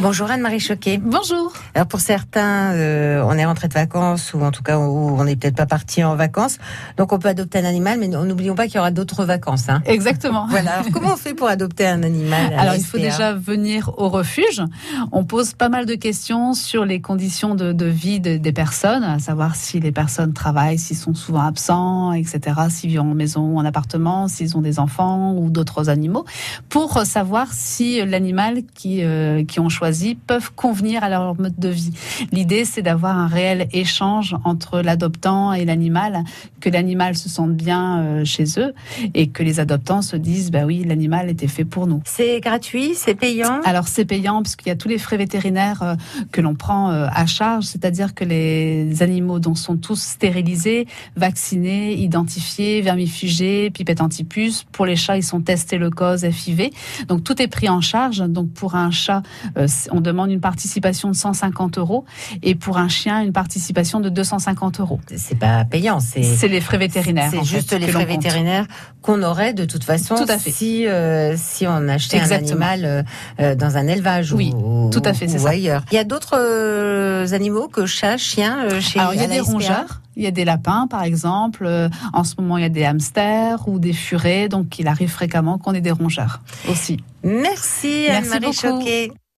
Bonjour Anne-Marie Choquet. Bonjour. Alors pour certains, euh, on est rentré de vacances ou en tout cas où on n'est peut-être pas parti en vacances. Donc on peut adopter un animal, mais n'oublions pas qu'il y aura d'autres vacances. Hein. Exactement. Voilà. Alors comment on fait pour adopter un animal à Alors il faut SPA? déjà venir au refuge. On pose pas mal de questions sur les conditions de, de vie de- des personnes, à savoir si les personnes travaillent, s'ils sont souvent absents, etc., s'ils vivent en maison ou en appartement, s'ils ont des enfants ou d'autres animaux, pour savoir si l'animal qui, euh, qui ont choisi peuvent convenir à leur mode de vie. L'idée, c'est d'avoir un réel échange entre l'adoptant et l'animal, que l'animal se sente bien euh, chez eux et que les adoptants se disent, bah oui, l'animal était fait pour nous. C'est gratuit, c'est payant. Alors c'est payant puisqu'il y a tous les frais vétérinaires euh, que l'on prend euh, à charge, c'est-à-dire que les animaux dont sont tous stérilisés, vaccinés, identifiés, vermifugés, pipettes antipuces. Pour les chats, ils sont testés leucose, FIV. Donc tout est pris en charge. Donc pour un chat, euh, c'est- on demande une participation de 150 euros et pour un chien, une participation de 250 euros. C'est pas payant, c'est C'est les frais vétérinaires. en C'est fait, juste les que l'on frais compte. vétérinaires qu'on aurait de toute façon Tout à fait. si euh, si on achetait Exactement. un animal euh, euh, dans un élevage Oui, ou, tout à fait, ou c'est ça. ailleurs. Il y a d'autres euh, animaux que chats, chiens euh, chez Alors, il y à a la des SPA. rongeurs, il y a des lapins, par exemple. Euh, En ce moment, il y a des hamsters ou des furets. Donc, il arrive fréquemment qu'on ait des rongeurs aussi. Merci, Merci Anne-Marie beaucoup. Choquet.